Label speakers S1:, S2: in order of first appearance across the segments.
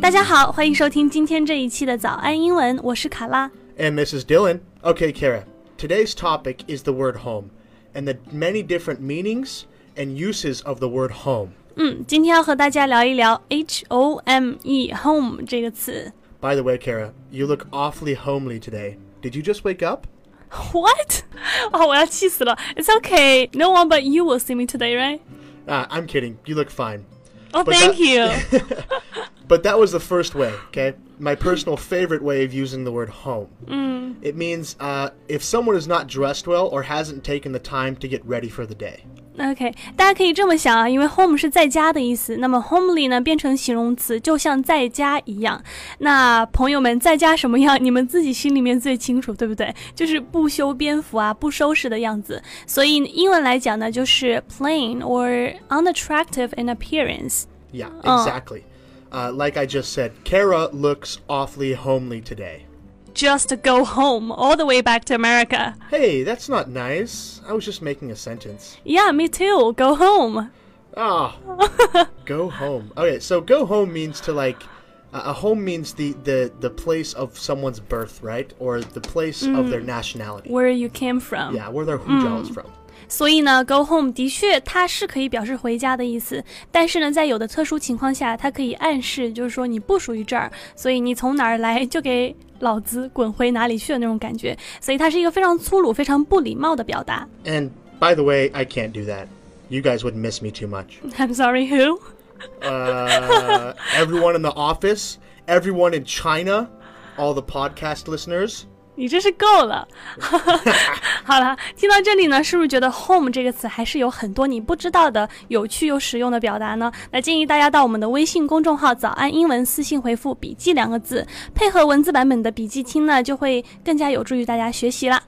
S1: 大家好，欢迎收听今天这一期的早安英文，我是卡拉。
S2: and Mrs. Dillon. Okay, Kara, today's topic is the word home and the many different meanings and uses of the word home.
S1: 嗯，今天要和大家聊一聊 H O M E home 这个词。
S2: By the way, Kara, you look awfully homely today. Did you just wake up?
S1: What？哦，我要气死了。It's okay, no one but you will see me today, right?
S2: Ah, I'm kidding. You look fine.
S1: Oh,
S2: But
S1: thank
S2: that-
S1: you.
S2: But that was the first way, okay? My personal favorite way of using the word home. It means uh, if someone is not dressed well or hasn't taken the time to get ready for the day.
S1: OK，大家可以这么想啊，因为 home 是在家的意思，那么 homely 呢变成形容词，就像在家一样。那朋友们，在家什么样，你们自己心里面最清楚，对不对？就是不修边幅啊，不收拾的样子。所以英文来讲呢，就是 plain or unattractive in appearance。
S2: Yeah,
S1: Oh.
S2: exactly. Uh, like I just said, Kara looks awfully homely today.
S1: Just go home all the way back to America.
S2: Hey, that's not nice. I was just making a sentence.
S1: Yeah, me too. Go home.
S2: Ah, go home. Okay, so go home means to like uh, a home means the, the the place of someone's birth, right? Or the place of their nationality.
S1: Where you came from?
S2: Yeah, where their hujal is from.
S1: 所以呢，go home 的确它是可以表示回家的意思，但是呢，在有的特殊情况下，它可以暗示就是说你不属于这儿，所以你从哪儿来就给老子滚回哪里去的那种感觉。所以它是一个非常粗鲁、非常不礼貌的表达。
S2: And by the way, I can't do that. You guys would miss me too much.
S1: I'm sorry, who?
S2: Uh, everyone in the office, everyone in China, all the podcast listeners.
S1: 你真是够了。 好了，听到这里呢，是不是觉得 home 这个词还是有很多你不知道的有趣又实用的表达呢？那建议大家到我们的微信公众号“早安英文”私信回复“笔记”两个字，配合文字版本的笔记听呢，就会更加有助于大家学习啦。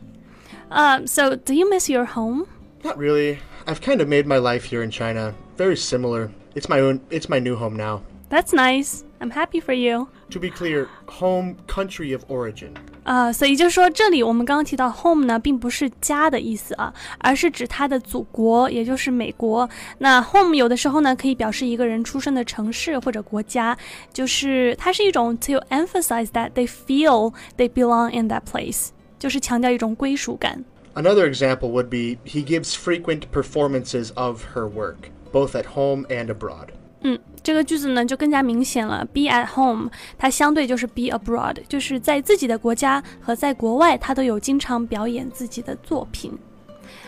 S1: 呃、s o do you miss your home?
S2: Not really. I've kind of made my life here in China very similar. It's my own. It's my new home now.
S1: That's nice. I'm happy for you.
S2: To be clear, home country of origin.
S1: 啊、所以就是说，这里我们刚刚提到 home 呢，并不是家的意思啊，而是指它的祖国，也就是美国。那 home 有的时候呢，可以表示一个人出生的城市或者国家，就是它是一种 to emphasize that they feel they belong in that place，就是强调一种归属感。
S2: Another example would be he gives frequent performances of her work, both at home and abroad.
S1: 嗯，这个句子呢就更加明显了。Be at home，它相对就是 be abroad，就是在自己的国家和在国外，他都有经常表演自己的作品。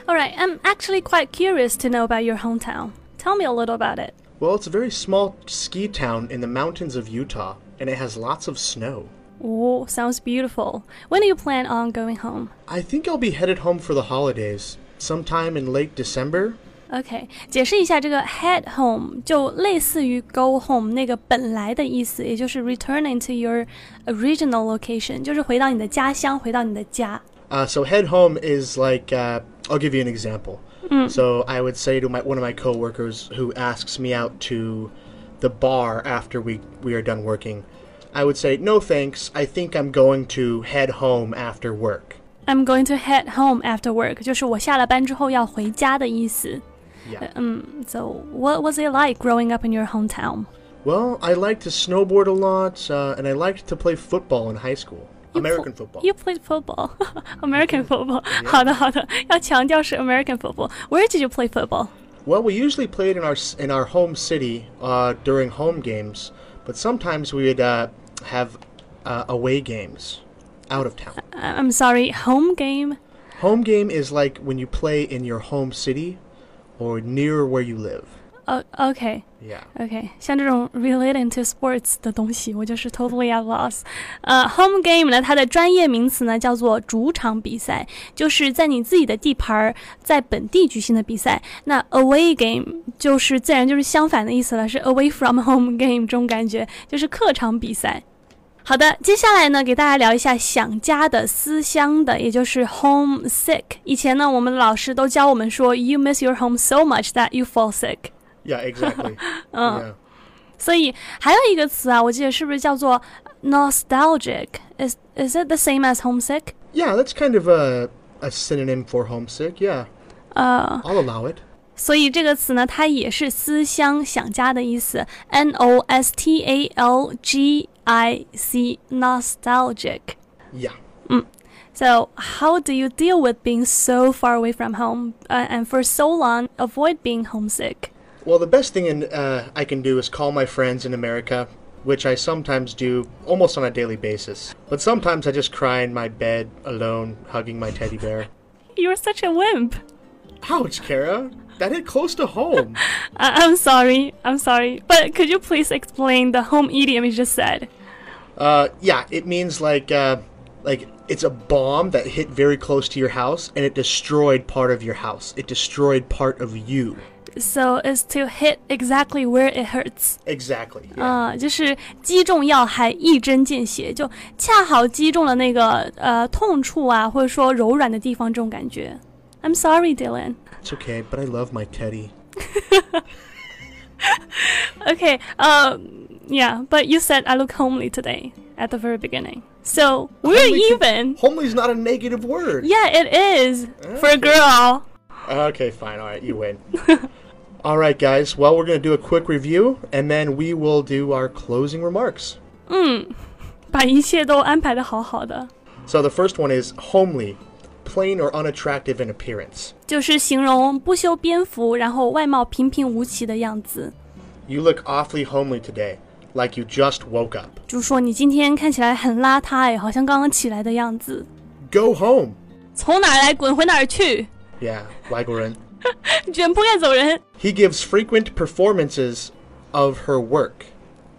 S1: All right, I'm actually quite curious to know about your hometown. Tell me a little about it.
S2: Well, it's a very small ski town in the mountains of Utah, and it has lots of snow.
S1: Oh, sounds beautiful. When do you plan on going home?
S2: I think I'll be headed home for the holidays sometime in late December.
S1: OK，解释一下这个 head home 就类似于 go home 那个本来的意思，也就是 returning to your original location，就是回到你的家乡，回到你的家。
S2: Uh, so head home is like uh, I'll give you an example.
S1: Mm.
S2: So I would say to my one of my coworkers who asks me out to the bar after we we are done working, I would say no thanks. I think I'm going to head home after work.
S1: I'm going to head home after work，就是我下了班之后要回家的意思。
S2: Yeah.
S1: 嗯，So what was it like growing up in your hometown?
S2: Well, I liked to snowboard a lot, uh, and I liked to play football in high school. American football.
S1: You played football, American football. 好的，好的，要强调是 American football. Where did you play football?
S2: Well, we usually played in our s- in our home city uh, during home games, but sometimes we would uh, have uh, away games out of town.
S1: I- Uh, I'm sorry, home game.
S2: Home game is like when you play in your home city or near where you live.
S1: o OK,
S2: Yeah.
S1: OK. 像这种 relating to sports 的东西，我就是 totally at loss. 呃、h o m e game 呢，它的专业名词呢叫做主场比赛，就是在你自己的地盘儿，在本地举行的比赛。那 away game 就是自然就是相反的意思了，是 away from home game 这种感觉，就是客场比赛。好的，接下来呢，给大家聊一下想家的、思乡的，也就是 homesick。以前呢，我们的老师都教我们说，you miss your home so much that you fall sick。
S2: Yeah, exactly. yeah.
S1: 所以还有一个词啊，我记得是不是叫做 nostalgic? Is is it the same as homesick?
S2: Yeah, that's kind of a a synonym for homesick. Yeah.
S1: 呃、
S2: I'll allow it.
S1: 所以这个词呢，它也是思乡想家的意思，n o s t a l g i c，nostalgic。
S2: Yeah.
S1: So how do you deal with being so far away from home uh, and for so long avoid being homesick?
S2: Well, the best thing in, uh, I can do is call my friends in America, which I sometimes do almost on a daily basis. But sometimes I just cry in my bed alone, hugging my teddy bear.
S1: You're such a wimp.
S2: Ouch, Kara. That hit close to home.
S1: I- I'm sorry. I'm sorry. But could you please explain the home idiom you just said?
S2: Uh, yeah, it means like uh, like it's a bomb that hit very close to your house and it destroyed part of your house. It destroyed part of you.
S1: So is to hit exactly where it hurts.
S2: Exactly. yeah.
S1: 啊、就是击中要害，一针见血，就恰好击中了那个呃痛处啊，或者说柔软的地方，这种感觉。I'm sorry, Dylan.
S2: It's okay, but I love my teddy.
S1: Okay, uh, yeah, but you said I look homely today at the very beginning. So we're
S2: Homely can-
S1: even.
S2: Homely's not a negative word.
S1: Yeah, it is for a girl.
S2: Okay, fine. All right, you win. all right, guys. Well, we're going to do a quick review and then we will do our closing remarks.
S1: 把一切都安排的好好的，
S2: So the first one is homely, plain or unattractive in appearance.
S1: 就是形容不修边幅，然后外貌平平无奇的样子。
S2: You look awfully homely today, like you just woke up.
S1: 就说你今天看起来很邋遢哎，好像刚刚起来的样子。
S2: Go home.
S1: 从哪儿来滚回哪儿去，
S2: Yeah, Wagorin.
S1: 卷铺盖走人。
S2: He gives frequent performances of her work,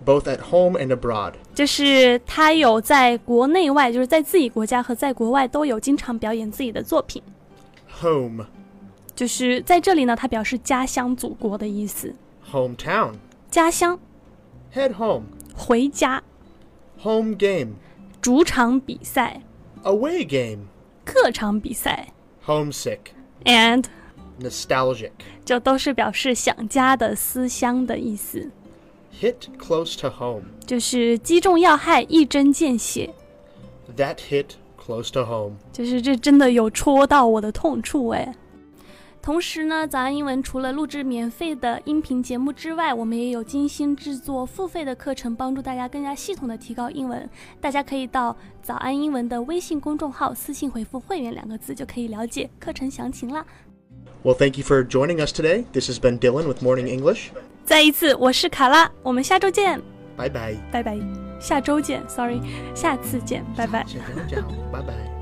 S2: both at home and abroad.
S1: 就是他有在国内外，就是在自己国家和在国外都有经常表演自己的作品。
S2: Home.
S1: 就是在这里呢，他表示家乡、祖国的意思。
S2: Hometown.
S1: 家乡，
S2: Head home.
S1: 回家，
S2: Home game.
S1: 主场比赛，
S2: Away game.
S1: 客场比赛
S2: Homesick.
S1: ，and
S2: Nostalgic.
S1: 就都是表示想家的、思乡的意思。
S2: Hit close to home.
S1: 就是击中要害，一针见血。
S2: That hit close to home.
S1: 就是这真的有戳到我的痛处哎。同时呢，早安英文除了录制免费的音频节目之外，我们也有精心制作付费的课程，帮助大家更加系统的提高英文。大家可以到早安英文的微信公众号私信回复“会员”两个字，就可以了解课程详情啦。
S2: Well, thank you for joining us today. This has been Dylan with Morning English.
S1: 再一次，我是卡拉，我们下周见，
S2: Bye bye.
S1: 拜拜。下周见，sorry，下次见，拜拜。
S2: Bye bye.